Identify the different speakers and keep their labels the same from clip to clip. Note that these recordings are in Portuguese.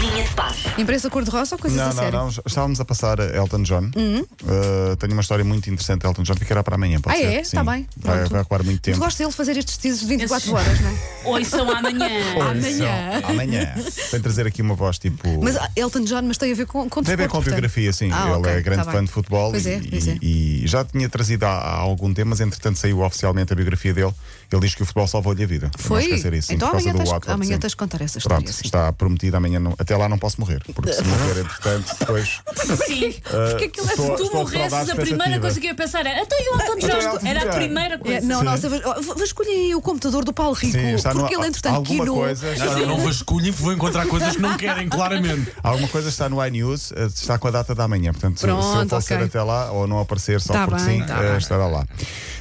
Speaker 1: Linha de passe.
Speaker 2: Imprensa cor-de-rosa ou coisas
Speaker 3: Não,
Speaker 2: a
Speaker 3: não,
Speaker 2: sério?
Speaker 3: não. já- Estávamos a passar Elton John. Uh, tenho uma história muito interessante de Elton John. Ficará para amanhã, pode
Speaker 2: Uhum. Ah,
Speaker 3: ser?
Speaker 2: é?
Speaker 3: Sim.
Speaker 2: Está bem.
Speaker 3: Vai,
Speaker 2: Pronto.
Speaker 3: vai ocupar muito
Speaker 2: Eu
Speaker 3: tempo.
Speaker 2: gosto dele fazer estes teases de 24
Speaker 4: Esses-
Speaker 2: horas, não é?
Speaker 4: Ou são amanhã.
Speaker 2: Amanhã.
Speaker 3: Não, amanhã. Tem de trazer aqui uma voz tipo.
Speaker 2: Mas ah, Elton John, mas tem a ver com, com
Speaker 3: Tem a ver
Speaker 2: desporto,
Speaker 3: com a
Speaker 2: portanto.
Speaker 3: biografia, sim.
Speaker 2: Ah,
Speaker 3: Ele
Speaker 2: ok,
Speaker 3: é grande
Speaker 2: tá
Speaker 3: fã
Speaker 2: bem.
Speaker 3: de futebol
Speaker 2: Pois
Speaker 3: e,
Speaker 2: é, pois é.
Speaker 3: e- e já tinha trazido há, há algum tempo, mas entretanto saiu oficialmente a biografia dele. Ele diz que o futebol salvou-lhe a vida.
Speaker 2: Foi?
Speaker 3: Não esquecer isso. sim,
Speaker 2: Então
Speaker 3: por causa
Speaker 2: amanhã
Speaker 3: do
Speaker 2: tens-
Speaker 3: ato,
Speaker 2: amanhã
Speaker 3: sim.
Speaker 2: tens de contar essa história,
Speaker 3: Pronto,
Speaker 2: sim.
Speaker 3: está prometido. Amanhã não- até lá não posso morrer, porque se morrer, entretanto, depois.
Speaker 4: Sim. Porque aquilo é
Speaker 3: Ah, estou-
Speaker 4: se tu
Speaker 3: estou a defraudar
Speaker 4: morresses,
Speaker 3: a
Speaker 4: a primeira
Speaker 3: expectativa.
Speaker 4: coisa que eu ia pensar era até eu Elton
Speaker 3: Então,
Speaker 4: John.
Speaker 3: Elton
Speaker 4: Era a
Speaker 3: John.
Speaker 4: primeira
Speaker 2: É,
Speaker 4: coisa.
Speaker 2: não,
Speaker 3: Sim.
Speaker 2: nossa, vas- oh, vasculhem aí o computador do Paulo Rico,
Speaker 3: Sim, está no-
Speaker 2: porque ele, entretanto,
Speaker 3: alguma
Speaker 2: quinou.
Speaker 3: coisa. está
Speaker 5: Não,
Speaker 3: no-
Speaker 5: não vasculhem vou encontrar coisas que não querem, claramente.
Speaker 3: Alguma coisa está no iNews, eh, está com a data da manhã. Portanto, se- se eu
Speaker 2: Pronto,
Speaker 3: for ser
Speaker 2: ok.
Speaker 3: até lá ou não aparecer só
Speaker 2: Tá
Speaker 3: porque
Speaker 2: bem,
Speaker 3: sim,
Speaker 2: tá
Speaker 3: eh,
Speaker 2: bem.
Speaker 3: estará lá.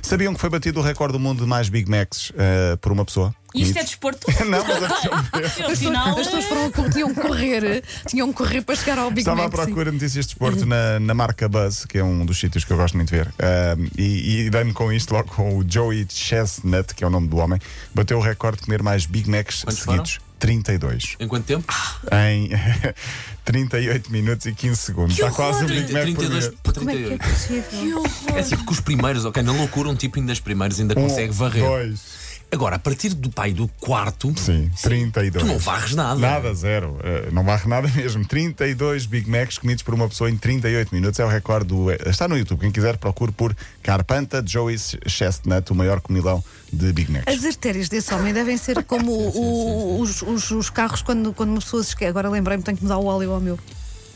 Speaker 3: Sabiam que foi batido o recorde do mundo de mais Big Macs eh, por uma pessoa?
Speaker 4: Isto
Speaker 3: Comidos?
Speaker 4: é desporto?
Speaker 3: Não, mas eu
Speaker 2: As pessoas,
Speaker 4: Afinal,
Speaker 2: as pessoas foram, tinham que correr, tinham que correr para chegar ao Big
Speaker 3: estava à
Speaker 2: Mac. sim. Uhum.
Speaker 3: procura de notícias de desporto na, na marca Buzz, que é um dos sítios que eu gosto muito de ver. Ahm, e e dei-me com isto logo com o Joey Chestnut, que é o nome do homem, bateu o recorde de comer mais Big Macs
Speaker 5: Quantos
Speaker 3: seguidos. 32
Speaker 5: Em quanto tempo?
Speaker 3: em 38 minutos e 15 segundos. Está quase um Big Mac por
Speaker 5: 32
Speaker 3: minuto.
Speaker 5: para
Speaker 2: Como é que é
Speaker 5: 38.
Speaker 2: possível?
Speaker 5: É assim, porque os primeiros, ok, na loucura, um tipo ainda dos primeiros ainda
Speaker 3: Um,
Speaker 5: consegue varrer.
Speaker 3: Dois.
Speaker 5: Agora, a partir do pai do quarto,
Speaker 3: Sim, 32.
Speaker 5: tu não varres nada.
Speaker 3: Nada, zero. Eh, não varre nada mesmo. 32 Big Macs comidos por uma pessoa em 38 minutos. É o recorde do. eh, Está no YouTube. Quem quiser, procure por Carpanta Joey Chestnut, o maior comilão de Big Macs.
Speaker 2: As artérias desse homem devem ser como o- os, os- os carros quando, quando uma pessoa se esquece. Agora lembrei-me, tenho que mudar o óleo ao meu.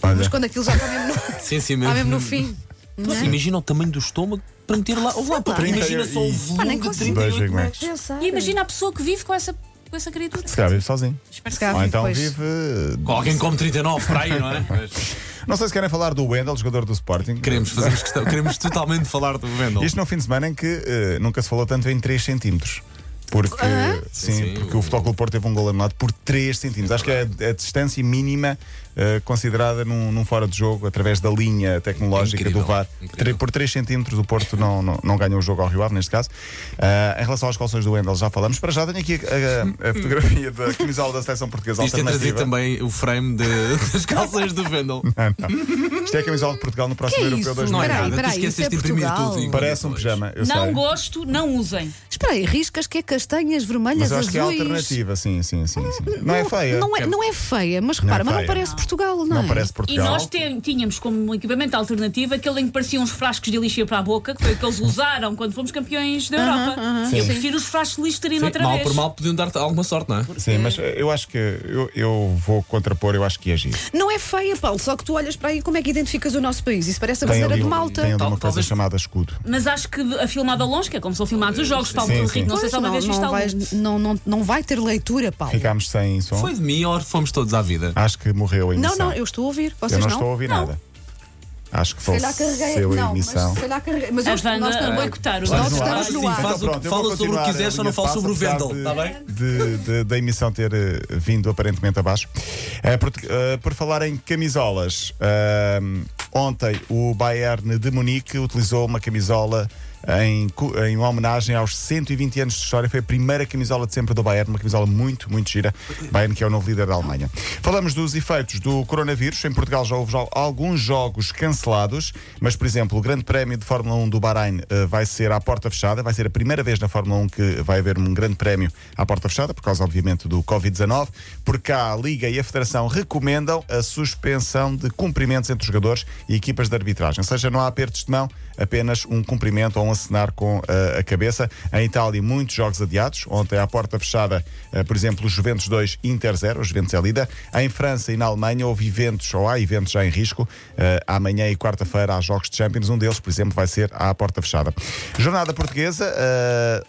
Speaker 3: Olha.
Speaker 2: Mas quando aquilo já está mesmo no, está
Speaker 5: Sim, sim,
Speaker 2: Ah, mesmo no fim. não é?
Speaker 5: Imagina o tamanho do estômago para meter lá. Ou lá, pá,
Speaker 2: 30
Speaker 5: imagina só o
Speaker 3: e-
Speaker 2: Pá,
Speaker 5: volume
Speaker 2: nem
Speaker 5: de
Speaker 2: consigo.
Speaker 5: 38
Speaker 3: Dois Big Macs.
Speaker 2: Pensar.
Speaker 4: é, e imagina a pessoa que vive com essa, com essa criatura.
Speaker 3: Se calhar vive sozinho.
Speaker 4: Espero
Speaker 2: Se calhar
Speaker 3: Ou
Speaker 2: vive,
Speaker 3: então
Speaker 2: pois.
Speaker 3: vive. eh,
Speaker 5: Alguém come 39 para aí, não é?
Speaker 3: Não sei se querem falar do Wendel, jogador do Sporting.
Speaker 5: Queremos, fazemos questão, queremos totalmente falar do Vendel.
Speaker 3: Isto num fim de semana em que eh, nunca se falou tanto em 3 centímetros. Porque, eh, sim,
Speaker 5: Sim, sim,
Speaker 3: porque o,
Speaker 5: o-
Speaker 3: Futebol Clube do Porto teve um gol anulado por 3 centímetros. Acho que é a, a distância mínima eh, considerada num, num fora de jogo, através da linha tecnológica
Speaker 5: Incrível,
Speaker 3: do VAR.
Speaker 5: incrível.
Speaker 3: Tre- por 3 centímetros o Porto não, não, não ganhou o jogo ao Rio Ave, neste caso. Ah, em relação às calções do Wendel, já falamos. Para já tenho aqui a, a- a fotografia da camisola da seleção portuguesa
Speaker 5: Isto é trazer
Speaker 3: alternativa.
Speaker 5: também o frame de- das calças do Vendel.
Speaker 3: Ah, não. Isto é a camisola de Portugal no próximo
Speaker 2: Que é
Speaker 3: Europeu
Speaker 2: isso?
Speaker 3: 2020.
Speaker 2: Não é
Speaker 5: Espera
Speaker 2: Peraí,
Speaker 5: aí,
Speaker 2: peraí,
Speaker 5: tu esqueces
Speaker 2: isso é
Speaker 5: de imprimir
Speaker 2: Portugal.
Speaker 5: tudo. e-
Speaker 3: Parece um pijama, eu
Speaker 4: Não
Speaker 3: sei.
Speaker 4: gosto, não usem.
Speaker 2: Espera aí, riscas que é castanhas, vermelhas,
Speaker 3: Mas acho
Speaker 2: azuis.
Speaker 3: que é alternativa, sim, sim, sim. sim. Não, é feia.
Speaker 2: Não é, não é feia, mas repara, mas não
Speaker 3: feia.
Speaker 2: parece Portugal, não,
Speaker 3: Não
Speaker 2: é?
Speaker 3: parece
Speaker 4: E
Speaker 3: Portugal.
Speaker 4: nós te- tínhamos como um equipamento alternativo aquele em que pareciam uns frascos de lixeira para a boca, que foi o que eles usaram quando fomos campeões da Europa. Eu prefiro os frascos de lixeirina
Speaker 5: Sim,
Speaker 4: outra
Speaker 5: mal
Speaker 4: vez.
Speaker 5: por mal podiam dar-te alguma sorte, não é?
Speaker 3: Sim, mas eh, eu acho que eu, eu vou contrapor, eu acho que é giro.
Speaker 2: Não é feia, Paulo, só que tu olhas para aí como é que identificas o nosso país. Isso parece a bandeira
Speaker 3: ali,
Speaker 2: de
Speaker 3: um-
Speaker 2: Malta.
Speaker 3: tem ali uma
Speaker 5: Tal-
Speaker 3: coisa
Speaker 5: talvez-
Speaker 3: chamada escudo.
Speaker 4: Mas acho que a filmada longe, que é como são filmados os jogos, Paulo
Speaker 3: Sim,
Speaker 4: Rico,
Speaker 3: sim.
Speaker 4: não sei
Speaker 2: Pois,
Speaker 4: se alguma vez viste
Speaker 2: não, vais-
Speaker 4: algum.
Speaker 2: não, não, não vai ter leitura, Paulo.
Speaker 3: Ficámos sem som.
Speaker 5: Foi de mim ou fomos todos à vida?
Speaker 3: Acho que morreu a
Speaker 2: Não,
Speaker 3: emissão.
Speaker 2: não, eu estou a ouvir.
Speaker 3: Eu
Speaker 2: Vocês
Speaker 3: não
Speaker 2: não?
Speaker 3: estou a ouvir
Speaker 4: Não.
Speaker 3: nada. Acho que
Speaker 2: Se calhar carreguei.
Speaker 3: faleceu a
Speaker 2: Não, mas
Speaker 3: emissão. Então
Speaker 2: se calhar carreguei. Mas
Speaker 4: A
Speaker 2: hoje nós
Speaker 4: Wanda-
Speaker 2: não
Speaker 4: a
Speaker 2: boicotar.
Speaker 4: boicotar os
Speaker 2: Nós
Speaker 4: nossos
Speaker 2: estamos
Speaker 5: Ah, sim,
Speaker 2: no ar.
Speaker 5: faz o-
Speaker 3: pronto, eu vou
Speaker 5: fala sobre o que
Speaker 3: continuar a
Speaker 5: quiseres, só
Speaker 3: linha
Speaker 5: não fala
Speaker 3: de passe,
Speaker 5: sobre o
Speaker 3: apesar
Speaker 5: Vendel,
Speaker 3: de-
Speaker 5: tá bem?
Speaker 3: de- de- Da emissão ter eh, vindo aparentemente abaixo. Eh, por, eh, por falar em camisolas, ah, ontem o Bayern de Munique utilizou uma camisola. Em, cu- em homenagem aos 120 anos de história, foi a primeira camisola de sempre do Bayern, uma camisola muito, muito gira. Bayern, que é o novo líder da Alemanha. Falamos dos efeitos do coronavírus. Em Portugal já houve jo- alguns jogos cancelados, mas, por exemplo, o Grande Prémio de Fórmula 1 do Bahrein eh, vai ser à porta fechada. Vai ser a primeira vez na Fórmula 1 que vai haver um Grande Prémio à porta fechada, por causa, obviamente, do Covid-19. Por cá, a Liga e a Federação recomendam a suspensão de cumprimentos entre jogadores e equipas de arbitragem. Ou seja, não há apertos de mão, apenas um cumprimento ou um acenar com eh, a cabeça. Em Itália, muitos jogos adiados. Ontem, à porta fechada, eh, por exemplo, o Juventus 2, Inter 0, o Juventus é líder. Em França e na Alemanha houve eventos, ou há eventos já em risco. Eh, amanhã e quarta-feira há jogos de Champions. Um deles, por exemplo, vai ser à porta fechada. Jornada Portuguesa. eh,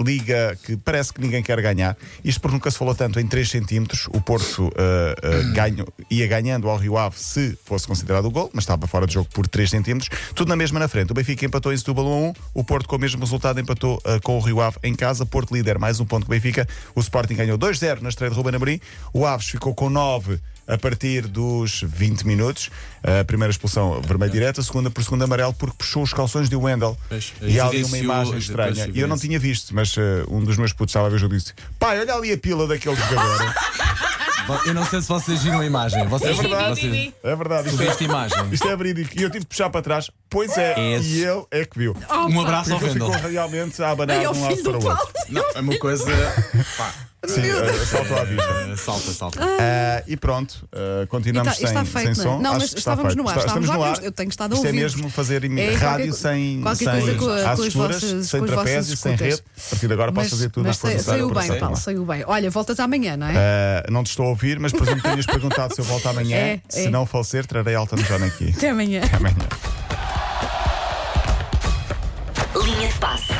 Speaker 3: Liga que parece que ninguém quer ganhar. Isto porque nunca se falou tanto em 3 centímetros. O Porto eh, eh,
Speaker 5: Hum.
Speaker 3: ganho- ia ganhando ao Rio Ave se fosse considerado o gol, mas estava fora de jogo por 3 centímetros. Tudo na mesma na frente. O Benfica empatou em Setúbal 1 a 1. O Porto, com o mesmo resultado, empatou eh, com o Rio Ave em casa. Porto líder, mais um ponto que o Benfica. O Sporting ganhou 2-0 na estreia de Ruben Amorim. O Aves ficou com 9 a partir dos 20 minutos. A primeira expulsão vermelho direta, a segunda por segundo amarelo, porque puxou os calções de Wendel.
Speaker 5: É. Pois,
Speaker 3: E há ali uma
Speaker 5: evidenciou-
Speaker 3: imagem
Speaker 5: pois,
Speaker 3: estranha. E eu não
Speaker 5: evidenciou.
Speaker 3: tinha visto, mas eh, um dos meus putos estava a ver o jogo e disse: Pai, olha ali a pila daquele jogador.
Speaker 5: Eu não sei se vocês viram a imagem. Vocês,
Speaker 3: É verdade.
Speaker 5: vocês-
Speaker 4: Sim, sim,
Speaker 3: É verdade,
Speaker 5: tu
Speaker 3: isto é,
Speaker 5: viste a imagem.
Speaker 3: isto é verídico. E eu tive de puxar para trás. Pois é,
Speaker 5: É esse.
Speaker 3: e eu é que viu.
Speaker 2: Oh.
Speaker 5: Um abraço ao
Speaker 3: Porque ficou
Speaker 5: Randall.
Speaker 3: realmente a abanar
Speaker 2: Bem
Speaker 3: de
Speaker 2: ao
Speaker 3: um
Speaker 2: fim é
Speaker 3: lado para
Speaker 2: do
Speaker 3: o outro.
Speaker 2: pau.
Speaker 5: Não, é uma coisa. Pá,
Speaker 3: Sim, eh, saltou à vista.
Speaker 5: eh, salta, salta.
Speaker 3: Ah, e pronto, ah,
Speaker 2: E
Speaker 3: continuamos
Speaker 2: tá- e está
Speaker 3: sem,
Speaker 2: feito,
Speaker 3: sem
Speaker 2: não é?
Speaker 3: som.
Speaker 2: Não, mas
Speaker 3: Acho que está
Speaker 2: estávamos
Speaker 3: feito.
Speaker 2: no ar,
Speaker 3: Está-
Speaker 2: estávamos no ar, eu tenho estado a
Speaker 3: Isto é
Speaker 2: ouvir.
Speaker 3: mesmo fazer em
Speaker 2: É,
Speaker 3: rádio
Speaker 2: qualquer co-
Speaker 3: sem,
Speaker 2: qualquer
Speaker 3: sem
Speaker 2: coisa com a-
Speaker 3: às
Speaker 2: com as
Speaker 3: escuras,
Speaker 2: vossas-
Speaker 3: sem
Speaker 2: com os vossos
Speaker 3: trapézio, sem
Speaker 2: escutas.
Speaker 3: rede. A partir de agora
Speaker 2: Mas-
Speaker 3: posso fazer tudo às
Speaker 2: mas
Speaker 3: forças
Speaker 2: saiu
Speaker 3: da
Speaker 2: bem,
Speaker 3: produção.
Speaker 2: Paulo, saiu bem. Olha, voltas amanhã, não é?
Speaker 3: Ah, não te estou a ouvir, mas presumo que tenhas perguntado se eu volto amanhã.
Speaker 2: É,
Speaker 3: se
Speaker 2: é.
Speaker 3: não falecer, trarei Elton John aqui.
Speaker 2: Até amanhã.
Speaker 3: Até amanhã.
Speaker 1: Linha de passe.